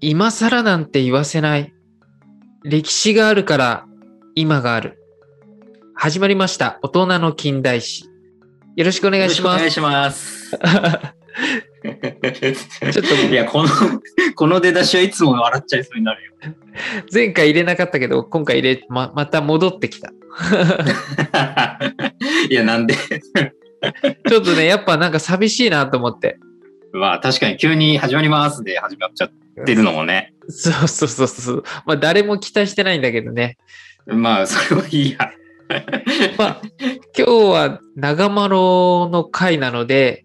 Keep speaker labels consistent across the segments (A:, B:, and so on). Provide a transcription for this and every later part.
A: 今更なんて言わせない。歴史があるから今がある。始まりました。大人の近代史。よろしくお願いし
B: お
A: ま
B: 願
A: す。
B: いし ます。
A: ちょっと
B: いや、この、この出だしはいつも笑っちゃいそうになるよ。
A: 前回入れなかったけど、今回入れ、ま、また戻ってきた。
B: いや、なんで。
A: ちょっとね、やっぱなんか寂しいなと思って。
B: まあ、確かに急に始まりますで始まっちゃってるのもね。
A: そうそうそうそう。まあ誰も期待してないんだけどね。
B: まあ、それはいいや。
A: まあ今日は長丸の回なので、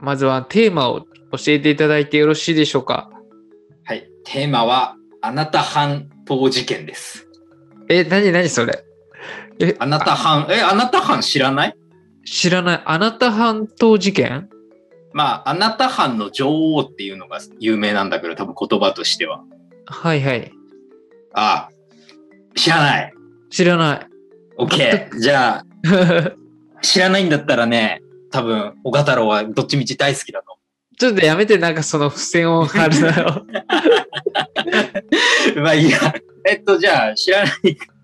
A: まずはテーマを教えていただいてよろしいでしょうか。
B: はい。テーマは、あなた半島事件です。
A: え、なになにそれえ
B: あなた半、え、あなた半知らない
A: 知らない。あなた半島事件
B: まあ、あなた半の女王っていうのが有名なんだけど、多分言葉としては。
A: はいはい。
B: ああ、知らない。
A: 知らない。
B: OK。じゃあ、知らないんだったらね、多分、小太郎はどっちみち大好きだと
A: ちょっとやめて、なんかその付箋 を貼るなよ。
B: 思う。まあいいや。えっと、じゃあ、知らないっ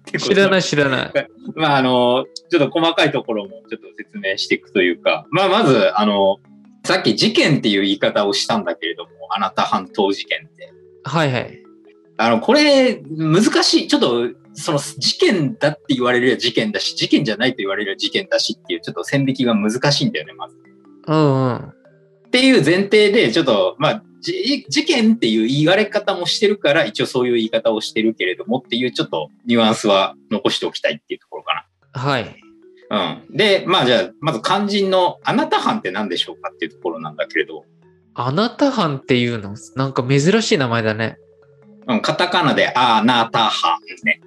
B: てこと。
A: 知らないい知らない。
B: まあ、あの、ちょっと細かいところもちょっと説明していくというか、まあ、まず、あの、さっき事件っていう言い方をしたんだけれども、あなた半島事件って。
A: はいはい。
B: あの、これ、難しい。ちょっと、その、事件だって言われるや事件だし、事件じゃないと言われるや事件だしっていう、ちょっと線引きが難しいんだよね、まず。
A: うんうん。
B: っていう前提で、ちょっと、まあ、じ事件っていう言われ方もしてるから、一応そういう言い方をしてるけれどもっていう、ちょっとニュアンスは残しておきたいっていうところか
A: はい。
B: な。うん。で、まあじゃあ、まず肝心のあなた班って何でしょうかっていうところなんだけれど、
A: あなた班っていうの、なんか珍しい名前だね。
B: うん、カタカナであなた班ね。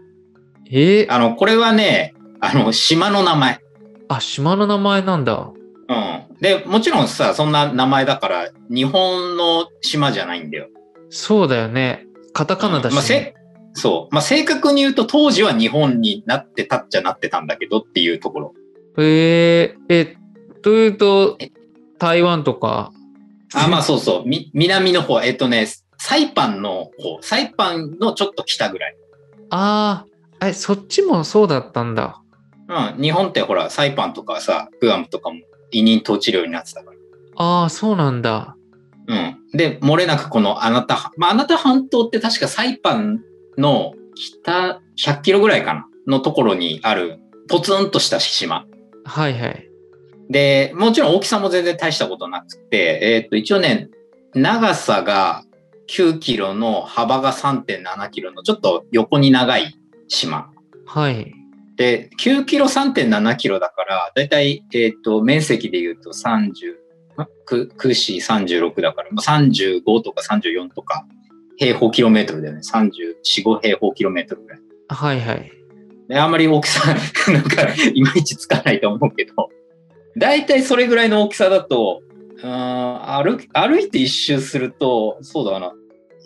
A: えー、
B: あの、これはね、あの、島の名前。
A: あ、島の名前なんだ。
B: うん。で、もちろんさ、そんな名前だから、日本の島じゃないんだよ。
A: そうだよね。カタカナだ
B: まあ、
A: し、ね
B: せそう。まあ、正確に言うと、当時は日本になってたっちゃなってたんだけどっていうところ。
A: えー、え、というと
B: え、
A: 台湾とか。
B: あ、まあ、そうそう。み、南の方、えっとね、サイパンの方、サイパンのちょっと北ぐらい。
A: ああ、え、そっちもそうだったんだ。
B: うん。日本ってほら、サイパンとかさ、グアムとかも委任統治領になってたから。
A: ああ、そうなんだ。
B: うん。で、漏れなくこのあなた半、まあ、あなた半島って確かサイパンの北100キロぐらいかなのところにある、ポツンとした島。
A: はいはい。
B: で、もちろん大きさも全然大したことなくて、えーっと、一応ね、長さが9キロの幅が3.7キロのちょっと横に長い島。
A: はい。
B: で、9キロ3.7キロだから、だいたい、えーっと、面積で言うと30、く、くし36だから、まあ35とか34とか、平方キロメートルだよね。34、5平方キロメートルぐらい。
A: はいはい。
B: ね、あんまり大きさ、なんか、いまいちつかないと思うけど、だいたいそれぐらいの大きさだと、うーん歩き歩いて一周すると、そうだな、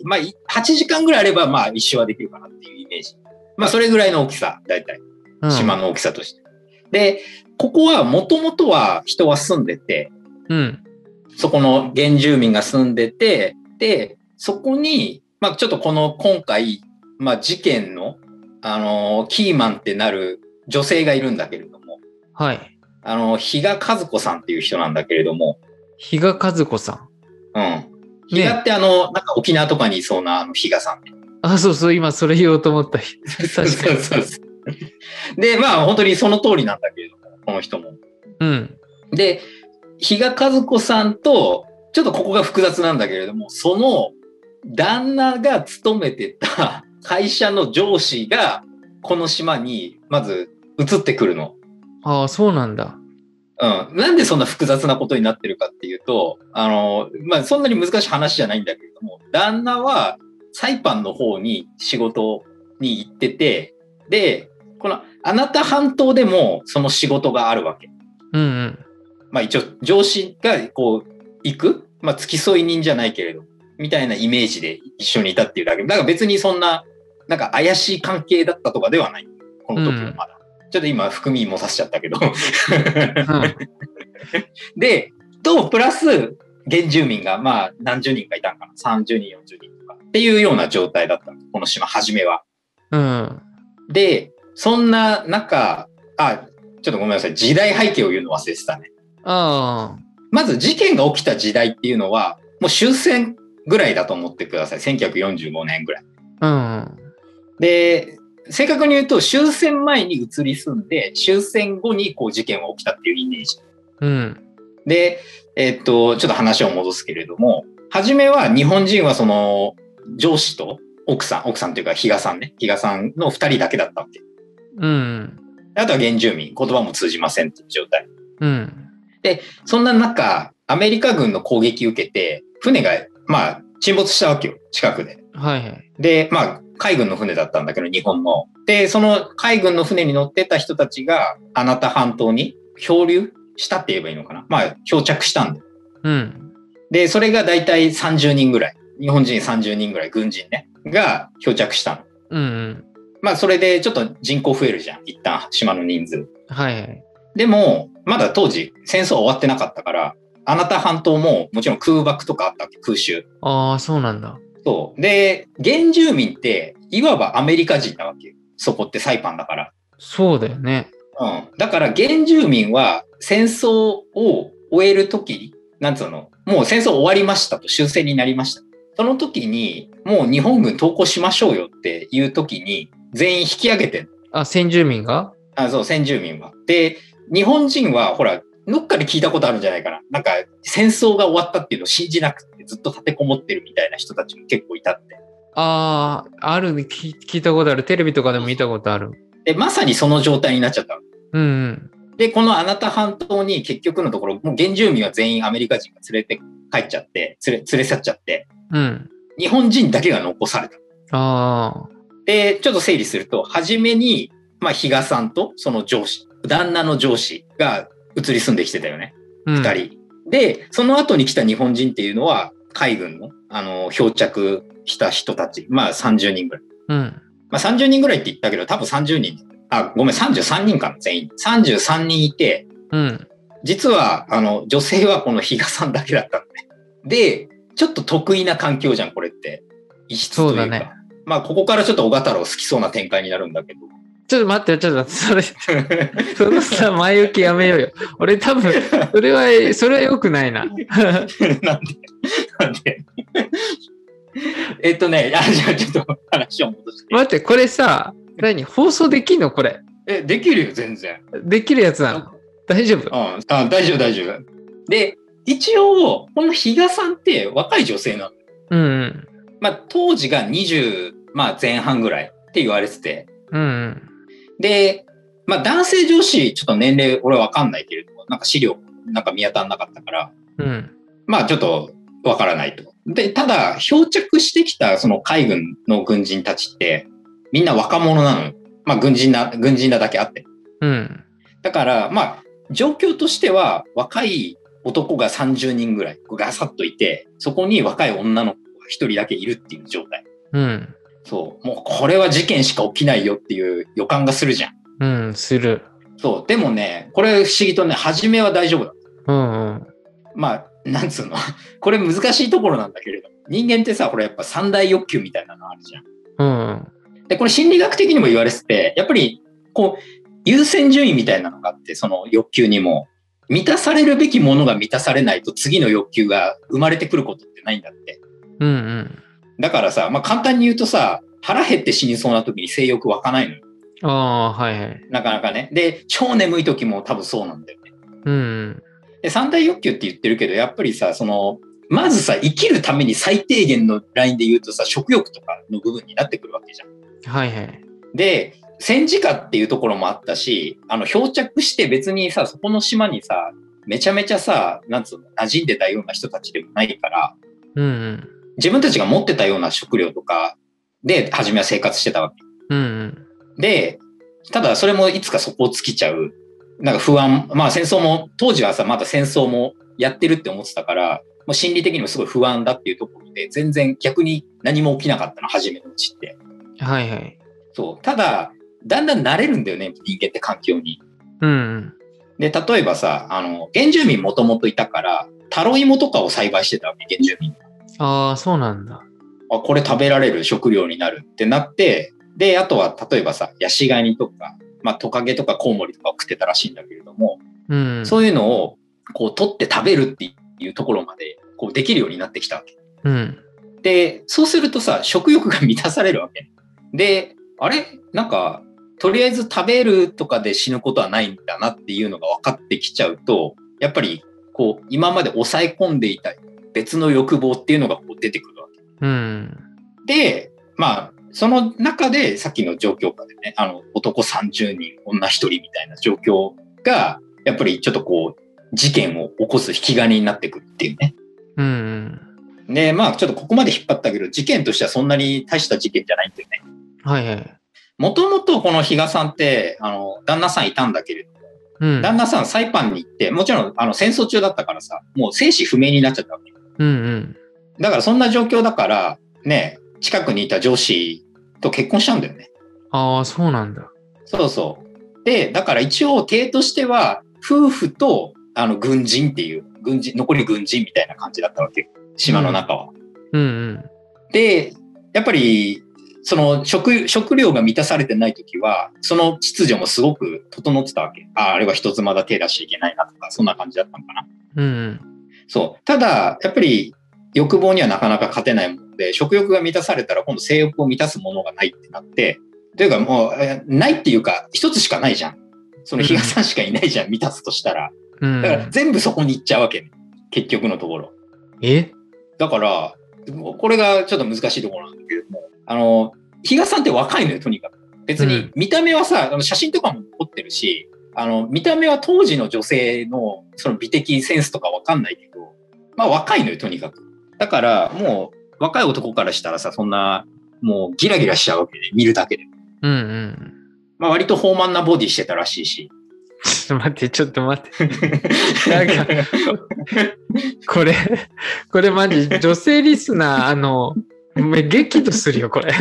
B: まあ、い8時間ぐらいあれば、まあ、一周はできるかなっていうイメージ。まあ、それぐらいの大きさ、だいたい、
A: うん、
B: 島の大きさとして。で、ここは、もともとは人は住んでて、
A: うん。
B: そこの原住民が住んでて、で、そこに、まあちょっとこの今回、まあ事件の、あのーキーマンってなる女性がいるんだけれども、
A: はい。
B: あのー比嘉和子さんっていう人なんだけれども、
A: 比嘉和子さん。
B: うん。比嘉ってあの、なんか沖縄とかにいそうなあの比嘉さん。
A: あ、そうそう、今それ言おうと思った。確かに
B: そうそうそうで、まあ本当にその通りなんだけれども、この人も。
A: うん。
B: で、比嘉和子さんと、ちょっとここが複雑なんだけれども、その旦那が勤めてた 会社の上司が、この島にまず移ってくるの。
A: ああ、そうなんだ。
B: うん。なんでそんな複雑なことになってるかっていうと、あの、まあ、そんなに難しい話じゃないんだけれども、旦那はサイパンの方に仕事に行ってて、で、このあなた半島でもその仕事があるわけ。
A: うんうん。
B: まあ一応上司がこう行く、まあ付き添い人じゃないけれど、みたいなイメージで一緒にいたっていうだけ。だから別にそんな、なんか怪しい関係だったとかではない。この時もまだ。ちょっと今含 みもさせちゃったけど。
A: うん、
B: で、と、プラス、原住民が、まあ、何十人かいたんかな。30人、40人とか。っていうような状態だったの。この島、初めは。
A: うん。
B: で、そんな中、あ、ちょっとごめんなさい。時代背景を言うの忘れてたね。
A: ああ。
B: まず事件が起きた時代っていうのは、もう終戦ぐらいだと思ってください。1945年ぐらい。
A: うん。
B: で、正確に言うと終戦前に移り住んで、終戦後にこう事件が起きたっていうイメージ。
A: うん。
B: で、えっと、ちょっと話を戻すけれども、初めは日本人はその上司と奥さん、奥さんというか比嘉さんね、比嘉さんの二人だけだったわけ。
A: うん。
B: あとは原住民、言葉も通じませんっていう状態。
A: うん。
B: そんな中、アメリカ軍の攻撃受けて、船が、まあ、沈没したわけよ、近くで。
A: はいはい。
B: で、まあ、海軍の船だったんだけど、日本の。で、その海軍の船に乗ってた人たちが、あなた半島に漂流したって言えばいいのかな。まあ、漂着したんだよ。
A: うん。
B: で、それが大体30人ぐらい。日本人30人ぐらい、軍人ね。が漂着したの。
A: うん。
B: まあ、それでちょっと人口増えるじゃん。一旦、島の人数。
A: はいはい。
B: でも、まだ当時、戦争は終わってなかったから、あなた半島も、もちろん空爆とかあったわけ、空襲。
A: ああ、そうなんだ。
B: そう。で、原住民って、いわばアメリカ人なわけよ。そこってサイパンだから。
A: そうだよね。
B: うん。だから原住民は戦争を終えるときに、なんつうの、もう戦争終わりましたと、終戦になりました。その時に、もう日本軍投降しましょうよっていう時に、全員引き上げてん
A: あ、先住民が
B: あ、そう、先住民は。で、日本人は、ほら、どっかで聞いたことあるんじゃないかな。なんか、戦争が終わったっていうのを信じなくて、ずっと立てこもってるみたいな人たちも結構いたって。
A: ああ、あるね聞、聞いたことある。テレビとかでも見たことある。
B: で、まさにその状態になっちゃったの
A: うんうん。
B: で、このあなた半島に結局のところ、もう原住民は全員アメリカ人が連れて帰っちゃって、連れ、連れ去っちゃって、
A: うん。
B: 日本人だけが残された。
A: あ
B: で、ちょっと整理すると、初めに、まあ、比嘉さんとその上司、旦那の上司が移り住んできてたよね、
A: あ。うん
B: 二、。人。で、その後に来た日本人っていうのは、海軍の、あの、漂着した人たち、まあ30人ぐらい。
A: うん。
B: まあ、30人ぐらいって言ったけど、多分30人。あ、ごめん、33人かな、全員。33人いて、
A: うん。
B: 実は、あの、女性はこの比嘉さんだけだったのね。で、ちょっと得意な環境じゃん、これって。異質というか。
A: そうだね
B: まあ、ここからちょっと小太郎好きそうな展開になるんだけど。
A: ちょっと待って、ちょっと待って、それ、 そのさ、前置きやめようよ。俺多分、それは、それは良くないな。
B: なんでなんでえっとね、あ、じゃあちょっと話を戻して。
A: 待って、これさ、何放送できんのこれ。
B: え、できるよ、全然。
A: できるやつなの大丈夫
B: うん、あ大丈夫、大丈夫。で、一応、この比嘉さんって若い女性なの。
A: うんうん。
B: まあ、当時が20、まあ、前半ぐらいって言われてて。
A: うんうん。
B: で、まあ、男性上司、ちょっと年齢、俺わかんないけれども、なんか資料、なんか見当たらなかったから、
A: うん。
B: まあ、ちょっとわからないと。で、ただ、漂着してきた、その海軍の軍人たちって、みんな若者なのよ。まあ、軍人な、軍人なだけあって。
A: うん。
B: だから、まあ、状況としては、若い男が30人ぐらい、ガサッといて、そこに若い女の子が一人だけいるっていう状態。
A: うん。
B: そう。もう、これは事件しか起きないよっていう予感がするじゃん。
A: うん。する。
B: そう。でもね、これ不思議とね、初めは大丈夫だ。
A: うんうん。
B: まあ、なんつうの。 これ難しいところなんだけれど。人間ってさ、これやっぱ三大欲求みたいなのあるじゃん。
A: うんうん。
B: で、これ心理学的にも言われてて、やっぱり、こう、優先順位みたいなのがあって、その欲求にも。満たされるべきものが満たされないと次の欲求が生まれてくることってないんだって。
A: うんうん。
B: だからさ、まあ簡単に言うとさ、腹減って死にそうな時に性欲湧かないのよ。
A: ああ、はいはい。
B: なかなかね。で、超眠い時も多分そうなんだよね。
A: うんうん。
B: で三大欲求って言ってるけど、やっぱりさ、その、まずさ、生きるために最低限のラインで言うとさ、食欲とかの部分になってくるわけじゃん。
A: はいはい。
B: で、戦時下っていうところもあったし、あの、漂着して別にさ、そこの島にさ、めちゃめちゃさ、なんつうの、馴染んでたような人たちでもないから、
A: うんうん。
B: 自分たちが持ってたような食料とかで、初めは生活してたわけ。
A: うんうん。
B: で、ただそれもいつかそこを尽きちゃう。なんか不安、まあ戦争も、当時はさ、まだ戦争もやってるって思ってたから、もう心理的にもすごい不安だっていうところで、全然逆に何も起きなかったの、初めのうちって。
A: はいはい。
B: そう。ただ、だんだん慣れるんだよね、人間って環境に。
A: うん
B: で、例えばさ、あの、原住民もともといたから、タロイモとかを栽培してたわけ、原住民。
A: ああ、そうなんだ。
B: あ、これ食べられる食料になるってなって、で、あとは例えばさ、ヤシガニとか、まあトカゲとかコウモリとかを食ってたらしいんだけれども、
A: うん。
B: そういうのをこう取って食べるっていうところまでこうできるようになってきたわけ。
A: うん。
B: で、そうするとさ、食欲が満たされるわけ。で、あれなんか、とりあえず食べるとかで死ぬことはないんだなっていうのが分かってきちゃうと、やっぱりこう今まで抑え込んでいた別の欲望っていうのがこう出てくるわけ。
A: うん。
B: で、まあ、その中で、さっきの状況下でね、あの、男30人、女1人みたいな状況が、やっぱりちょっとこう、事件を起こす引き金になってくるっていうね。
A: うんうん。
B: で、まあ、ちょっとここまで引っ張ったけど、事件としてはそんなに大した事件じゃないんだよね。
A: はいはい。
B: もともとこの比嘉さんって、あの、旦那さんいたんだけれど、
A: うん。
B: 旦那さんサイパンに行って、もちろん、あの、戦争中だったからさ、もう生死不明になっちゃったわけ。
A: うんうん。
B: だからそんな状況だから、ね、近くにいた上司と結婚しちゃうんだよね。
A: ああ、そうなんだ。
B: そうそう。で、だから一応、体としては、夫婦と、あの、軍人っていう、軍人、残り軍人みたいな感じだったわけ。島の中は。
A: うんうん。
B: で、やっぱり、その食、食料が満たされてない時は、その秩序もすごく整ってたわけ。ああ、あれは人妻だ、手出しちゃいけないなとか、そんな感じだったのかな。
A: うんうん。
B: そう。ただ、やっぱり、欲望にはなかなか勝てないもので、食欲が満たされたら、今度性欲を満たすものがないってなって、というかもう、えないっていうか、一つしかないじゃん。その比嘉さんしかいないじゃん、満たすとしたら。
A: う
B: だ から
A: ん、
B: 全部そこに行っちゃうわけ、ね、結局のところ。
A: え
B: だから、これがちょっと難しいところなんだけども、あの、比嘉さんって若いのよ、とにかく。別
A: う
B: に
A: ん、
B: 見た目はさ、あの写真とかも撮ってるし、あの、見た目は当時の女性のその美的センスとかわかんないけど、まあ若いのよ、とにかく。だから、もう、若い男からしたらさ、そんな、もうギラギラしちゃうわけで、見るだけで。
A: うんうん。
B: まあ割と豊満なボディしてたらし いし。
A: ちょっと待って、ちょっと待って。なんかこれ、 これマジ、女性リスナー、あの、め激怒するよ、これ。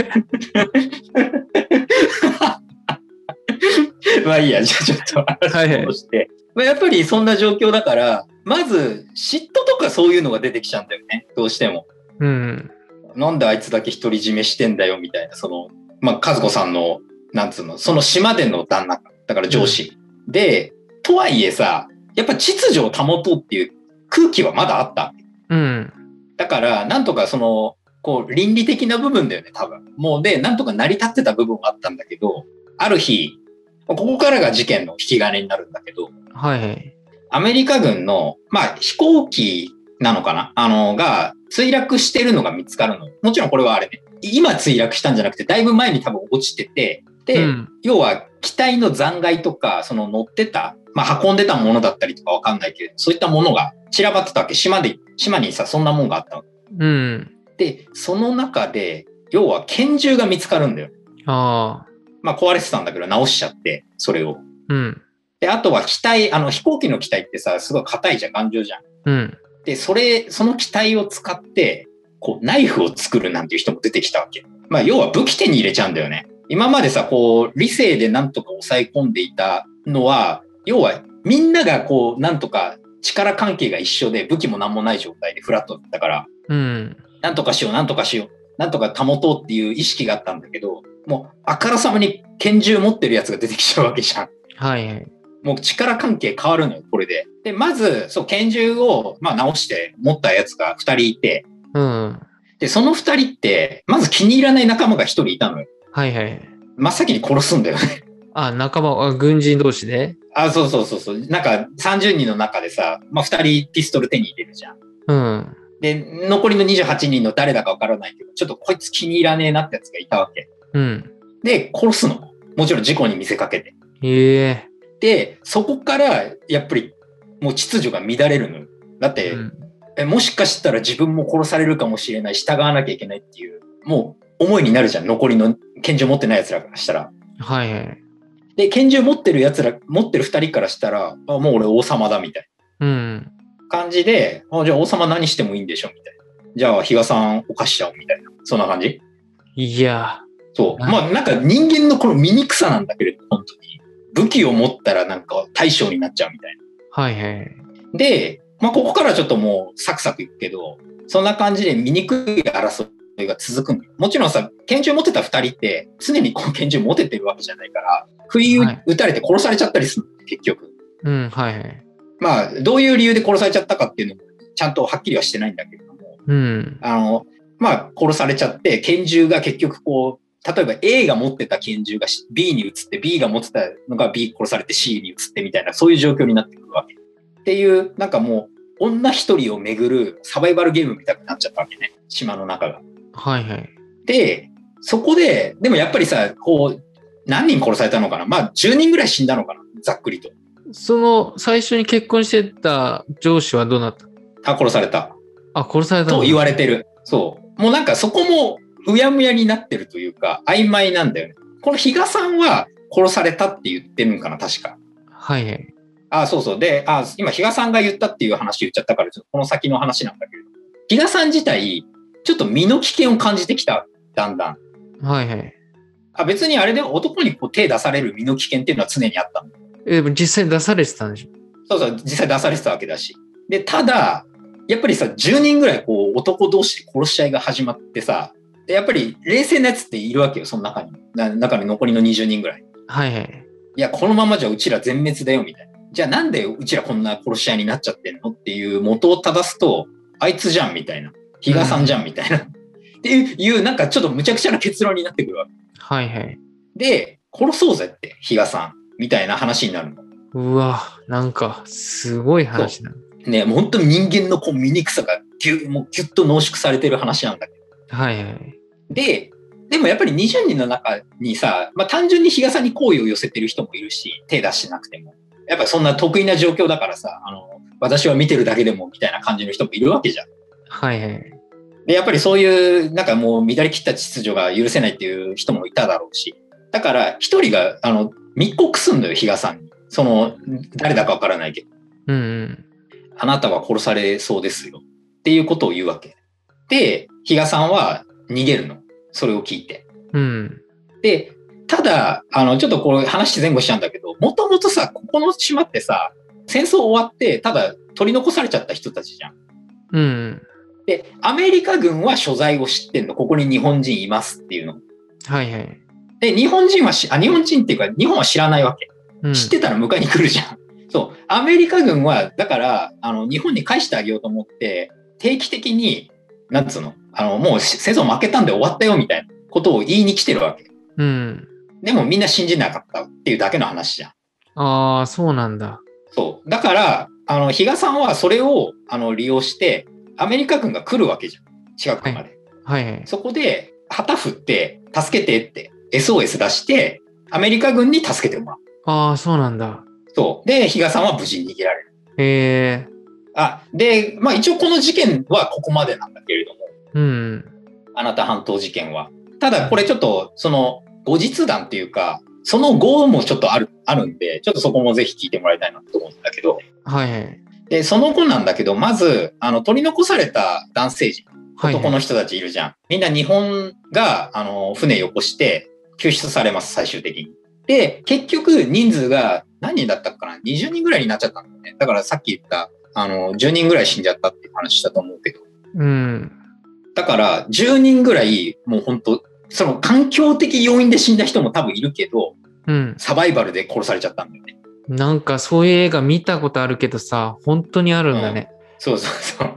B: まあいいや、じゃあちょっと
A: はいはい
B: 話をして。まあやっぱりそんな状況だから、まず嫉妬とかそういうのが出てきちゃうんだよね。どうしても。
A: うん。
B: なんであいつだけ独り占めしてんだよ、みたいな。その、まあ、和子さんの、なんつうの、その島での旦那、だから上司。で、とはいえさ、やっぱ秩序を保とうっていう空気はまだあった。
A: うん。
B: だから、なんとかその、こう、倫理的な部分だよね、多分。もうで、なんとか成り立ってた部分はあったんだけど、ある日、ここからが事件の引き金になるんだけど、
A: はいはい。
B: アメリカ軍の、まあ、飛行機なのかなあの、が、墜落してるのが見つかるの。もちろんこれはあれね、今墜落したんじゃなくて、だいぶ前に多分落ちてて、で、
A: うん。
B: 要は機体の残骸とか、その乗ってた、まあ、運んでたものだったりとかわかんないけれど、そういったものが散らばってたわけ。島で、島にさ、そんなもんがあったの。
A: うん。
B: で、その中で、要は拳銃が見つかるんだよ。
A: ああ。
B: まあ、壊れてたんだけど、直しちゃって、それを。
A: うん。
B: で、あとは機体、あの、飛行機の機体ってさ、すごい硬いじゃん、頑丈じゃん。
A: うん。
B: で、それ、その機体を使って、こう、ナイフを作るなんていう人も出てきたわけ。まあ、要は武器手に入れちゃうんだよね。今までさ、こう、理性でなんとか抑え込んでいたのは、要は、みんながこう、なんとか力関係が一緒で、武器もなんもない状態でフラットだったから、
A: うん。
B: なんとかしよう、なんとかしよう、なんとか保とうっていう意識があったんだけど、もう、あからさまに拳銃持ってるやつが出てきちゃうわけじゃん。
A: はいはい。
B: もう力関係変わるのよ、これで。で、まず、そう、拳銃を、まあ、直して持ったやつが2人いて、
A: うん。
B: で、その2人って、まず気に入らない仲間が1人いたのよ。
A: はいはい。
B: 真っ先に殺すんだよね。
A: あ、仲間、あ軍人同士で
B: あ、そうそうそうそう。なんか、30人の中でさ、まあ、2人ピストル手に入れるじゃん。
A: うん。
B: で、残りの28人の誰だかわからないけど、ちょっとこいつ気に入らねえなってやつがいたわけ。
A: うん。
B: で、殺すの。もちろん事故に見せかけて。
A: ええ
B: で、そこから、やっぱり、もう秩序が乱れるのよ。だって、
A: うん。
B: えもしかしたら自分も殺されるかもしれない従わなきゃいけないっていうもう思いになるじゃん残りの拳銃持ってない奴らからしたら。
A: はいはい。
B: で拳銃持ってる奴ら持ってる2人からしたらあもう俺王様だみたい
A: うん。
B: な感じであじゃあ王様何してもいいんでしょみたいなじゃあ比嘉さん犯しちゃおうみたいなそんな感じ
A: いや。
B: そう
A: はい
B: まあなんか人間のこの醜さなんだけれど本当に武器を持ったらなんか大将になっちゃうみたいな。
A: はいはい。
B: でまあ、ここからちょっともうサクサクいくけど、そんな感じで醜い争いが続くんだよもちろんさ、拳銃持てた二人って、常にこの拳銃持ててるわけじゃないから、不意
A: はい
B: 打たれて殺されちゃったりするの、結局。
A: うん、はいはい。
B: まあ、どういう理由で殺されちゃったかっていうのも、ちゃんとはっきりはしてないんだけれども、
A: うん。
B: あの、まあ、殺されちゃって、拳銃が結局こう、例えば A が持ってた拳銃が B に移って、B が持ってたのが B 殺されて C に移ってみたいな、そういう状況になってくるわけ。っていう、なんかもう、女一人をめぐるサバイバルゲームみたくなっちゃったわけね。島の中が。
A: はいはい。
B: で、そこで、でもやっぱりさ、こう、何人殺されたのかなまあ、10人ぐらい死んだのかなざっくりと。
A: その、最初に結婚してた上司はどうなった
B: あ、殺された。
A: あ、殺されたの
B: と言われてる。そう。もうなんかそこもうやむやになってるというか、曖昧なんだよね。この比嘉さんは殺されたって言ってるんかな、確か。
A: はいはい。
B: あそうそう。で、あ今比嘉さんが言ったっていう話言っちゃったから、ちょっとこの先の話なんだけど、比嘉さん自体、ちょっと身の危険を感じてきた、だんだん。
A: はいはい。
B: あ別にあれで男にこう手出される身の危険っていうのは常にあったの
A: えでも実際出されてたんでしょ
B: そうそう、実際出されてたわけだし。で、ただ、やっぱりさ、10人ぐらいこう男同士で殺し合いが始まってさ、でやっぱり冷静なやつっているわけよ、その中に。な中に残りの20人ぐらい。
A: はいはい。
B: いや、このままじゃうちら全滅だよ、みたいな。じゃあなんでうちらこんな殺し合いになっちゃってんのっていう元を正すと、あいつじゃん、みたいな。比嘉さんじゃん、みたいな。っていう、なんかちょっとむちゃくちゃな結論になってくるわけ。
A: はいはい。
B: で、殺そうぜって、比嘉さん。みたいな話になるの。
A: うわ、なんか、すごい話だ。
B: ね、もう本当に人間のこう醜さがぎゅもうぎゅっと濃縮されてる話なんだけど。
A: はいはい。
B: で、でもやっぱり20人の中にさ、まあ、単純に日傘に好意を寄せてる人もいるし、手出してなくても。やっぱそんな得意な状況だからさ、あの、私は見てるだけでもみたいな感じの人もいるわけじゃん。
A: はいはい。
B: で、やっぱりそういう、なんかもう乱れ切った秩序が許せないっていう人もいただろうし。だから、一人が、あの、密告すんのよ、日傘に。その、誰だかわからないけど。
A: うんうん。
B: あなたは殺されそうですよ。っていうことを言うわけ。で、比嘉さんは逃げるの。それを聞いて。
A: うん。
B: で、ただ、あの、ちょっとこれ話前後しちゃうんだけど、もともとさ、ここの島ってさ、戦争終わって、ただ取り残されちゃった人たちじゃん。
A: うんうん。
B: で、アメリカ軍は所在を知ってんの。ここに日本人いますっていうの。
A: はいはい。
B: で、日本人はし、あ、日本人っていうか、日本は知らないわけ。
A: うん、
B: 知ってたら迎えに来るじゃん。 そう。アメリカ軍は、だから、あの、日本に返してあげようと思って、定期的に、なんつうの、あの、もうし戦争負けたんで終わったよみたいなことを言いに来てるわけ。
A: うん。
B: でもみんな信じなかったっていうだけの話じゃん。
A: ああ、そうなんだ。
B: そう。だから、あの、比嘉さんはそれを、あの、利用して、アメリカ軍が来るわけじゃん。近くまで。
A: はいはい。
B: そこで、旗振って、助けてって、SOS 出して、アメリカ軍に助けてもらう。
A: ああ、そうなんだ。
B: そう。で、比嘉さんは無事に逃げられる。
A: ええ
B: あ、で、まあ一応この事件はここまでなんだけれども、
A: うん。
B: あなた半島事件は。ただこれちょっと、その、後日談っていうか、その後もちょっとある、あるんで、ちょっとそこもぜひ聞いてもらいたいなと思うんだけど、
A: はいはい。
B: で、その後なんだけど、まず、あの、取り残された男性陣、
A: はい、
B: 男
A: はい。
B: の人たちいるじゃん。みんな日本が、あの、船よこして、救出されます、最終的に。で、結局、人数が何人だったかな ?20 人ぐらいになっちゃったんだよね。だからさっき言った、あの、10人ぐらい死んじゃったっていう話したと思うけど。
A: うん。
B: だから、10人ぐらい、もう本当その環境的要因で死んだ人も多分いるけど、
A: うん。
B: サバイバルで殺されちゃったんだよね。
A: なんかそういう映画見たことあるけどさ、本当にあるんだね。
B: そうそうそう。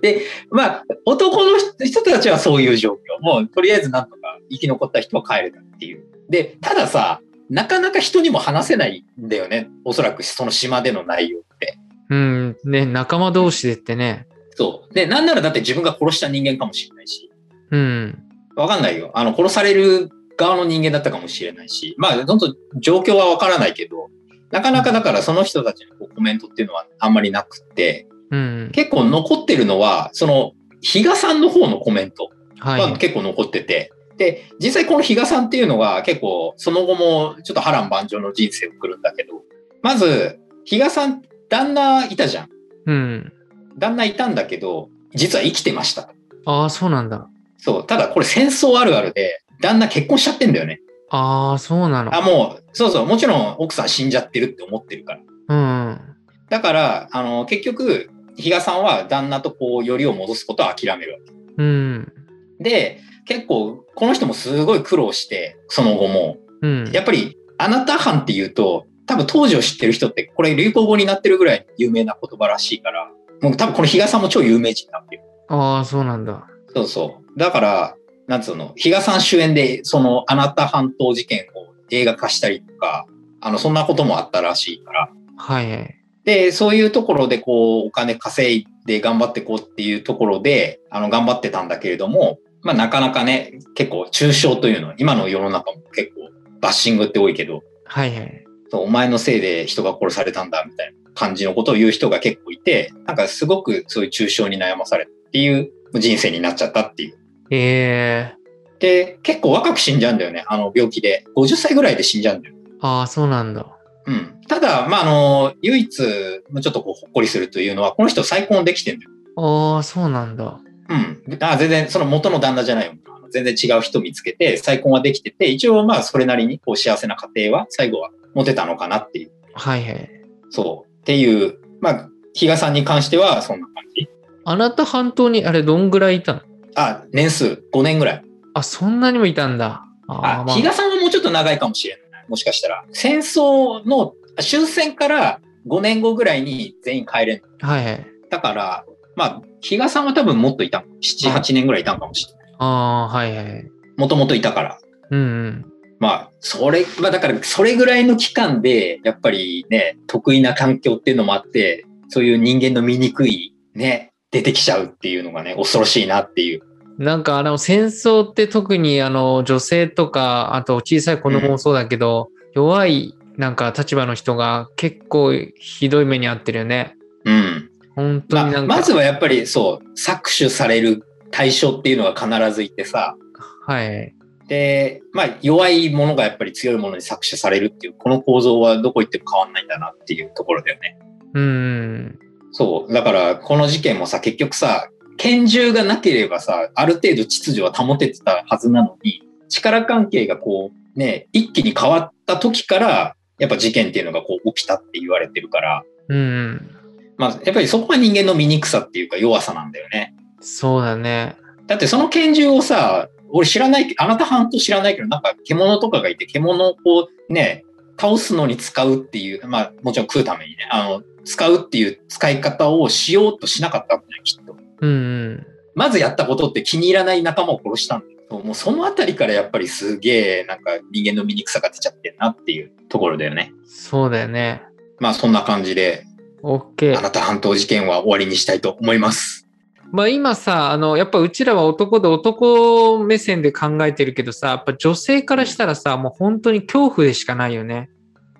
B: で、まあ、男の人人たちはそういう状況。もう、とりあえずなんとか生き残った人は帰れたっていう。で、たださ、なかなか人にも話せないんだよね。おそらくその島での内容って。
A: うん。ね、仲間同士でってね。
B: そう。で、なんならだって自分が殺した人間かもしれないし。
A: うん。
B: わかんないよ。あの、殺される側の人間だったかもしれないし、まあ、どんどん状況はわからないけど、なかなかだからその人たちのこうコメントっていうのはあんまりなくって、
A: うん。
B: 結構残ってるのは、その、比嘉さんの方のコメント
A: はい。
B: は結構残ってて、で、実際この比嘉さんっていうのは結構その後もちょっと波乱万丈の人生を送るんだけど、まず、比嘉さん、旦那いたじゃん。
A: うん。
B: 旦那いたんだけど、実は生きてました。
A: ああ、そうなんだ。
B: そう。ただこれ戦争あるあるで、旦那結婚しちゃってんだよね。
A: ああ、そうなの。
B: あ、もう、そうそう、もちろん奥さん死んじゃってるって思ってるから。
A: うん。
B: だから、あの、結局、比嘉さんは旦那とこう、よりを戻すことは諦めるわ
A: うん。
B: け。で、結構、この人もすごい苦労して、その後も。
A: うん。
B: やっぱり、あなた班っていうと、多分当時を知ってる人って、これ流行語になってるぐらい有名な言葉らしいから、もう多分この比嘉さんも超有名人なんだよ。
A: ああ、そうなんだ。
B: そうそう。だから、なんつうの、比嘉さん主演で、そのあなた半島事件を映画化したりとか、あの、そんなこともあったらしいから。
A: はいはい。
B: で、そういうところでこう、お金稼いで頑張ってこうっていうところで、あの、頑張ってたんだけれども、まあなかなかね、結構中傷というのは、今の世の中も結構バッシングって多いけど、
A: はいはい。
B: そうお前のせいで人が殺されたんだみたいな感じのことを言う人が結構いて、なんかすごくそういう中傷に悩まされたっていう人生になっちゃったっていう。
A: ええ
B: で、結構若く死んじゃうんだよね、あの病気で。50歳ぐらいで死んじゃうんだよ。
A: ああ、そうなんだ。
B: うん。ただ、まあ、あの、唯一、ちょっとこう、ほっこりするというのは、この人再婚できてんだよ。
A: ああ、そうなんだ。
B: うん。あ全然、その元の旦那じゃないよ。あの全然違う人見つけて、再婚はできてて、一応まあ、それなりに、こう、幸せな家庭は、最後は持てたのかなっていう。
A: はいはい。
B: そう。っていう、まあ、比嘉さんに関しては、そんな感じ。
A: あなた半島にあれどんぐらいいたの
B: あ、年数、5年ぐらい。
A: あ、そんなにもいたんだ。あ
B: あ
A: あ、まあ
B: 比嘉さんはもうちょっと長いかもしれない。もしかしたら。戦争の終戦から5年後ぐらいに全員帰れん。
A: はいはい。
B: だから、まあ、比嘉さんは多分もっといた。7、8年ぐらいいたんかもしれない。
A: ああー、はいはい。
B: もともといたから。
A: うんうん。
B: まあ、それ、まあだから、それぐらいの期間で、やっぱりね、得意な環境っていうのもあって、そういう人間の醜い、ね、出てきちゃうっていうのがね、恐ろしいなっていう。
A: なんかあの戦争って特にあの女性とかあと小さい子供もそうだけど、弱いなんか立場の人が結構ひどい目に遭ってるよね。
B: うん。
A: 本当
B: ま
A: にな
B: あ、
A: んか、
B: まずはやっぱりそう搾取される対象っていうのが必ずいてさ
A: はい。
B: で、まあ、弱いものがやっぱり強いものに搾取されるっていうこの構造はどこ行っても変わんないんだなっていうところだよね
A: うん。
B: そうだからこの事件もさ結局さ拳銃がなければさある程度秩序は保ててたはずなのに力関係がこうね一気に変わった時からやっぱ事件っていうのがこう起きたって言われてるから、
A: うん。
B: まあ、やっぱりそこが人間の醜さっていうか弱さなんだよね。
A: そうだね。
B: だってその拳銃をさ、俺知らない、あなた半島知らないけど、なんか獣とかがいて、獣をこうね、倒すのに使うっていう、まあもちろん食うためにね、あの、使うっていう使い方をしようとしなかったんだよ、きっと。
A: うん、うん。
B: まずやったことって気に入らない仲間を殺したんだよ。もうそのあたりからやっぱりすげえ、なんか人間の醜さが出ちゃってんなっていうところだよね。
A: そうだよね。
B: まあそんな感じで、あ
A: OK。
B: なた半島事件は終わりにしたいと思います。
A: まあ今さ、あの、やっぱうちらは男で男目線で考えてるけどさ、やっぱ女性からしたらさ、もう本当に恐怖でしかないよね。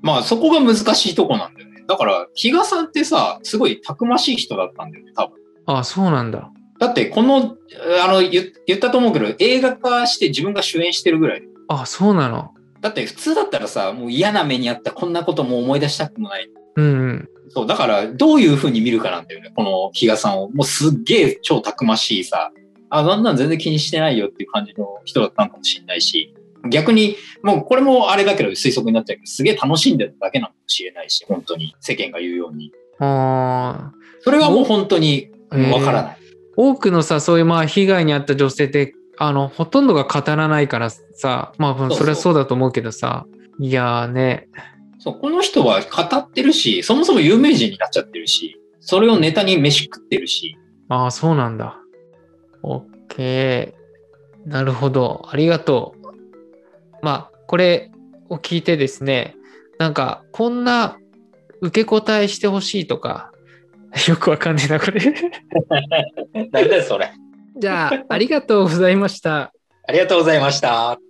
B: まあそこが難しいとこなんだよね。だから、比嘉さんってさ、すごいたくましい人だったんだよね、多分。
A: ああ、そうなんだ。
B: だって、この、あの、言言ったと思うけど、映画化して自分が主演してるぐらい。
A: ああ、そうなの。
B: だって、普通だったらさ、もう嫌な目にあった、こんなことも思い出したくもない。
A: うん、うん。
B: そう、だから、どういう風に見るかなんだよね、この比嘉さんを。もうすっげえ超たくましいさ、あ、なんなん全然気にしてないよっていう感じの人だったのかもしれないし、逆に、もうこれもあれだけど推測になっちゃうけど、すげえ楽しんでただけなのかもしれないし、本当に世間が言うように。
A: あ
B: それはもう本当に
A: あ、えー
B: わからない。
A: 多くのさそういうまあ被害に遭った女性ってあのほとんどが語らないからさま
B: う
A: あ
B: そう
A: それはそうだと思うけどさいやーね
B: そう、この人は語ってるし、そもそも有名人になっちゃってるし、それをネタに飯食ってる し、
A: ああそうなんだ OK なるほどありがとうまあこれを聞いてですねなんかこんな受け答えしてほしいとか よくわかんねえなこ れ
B: なんだよそれ。
A: じゃあありがとうございました
B: ありがとうございました。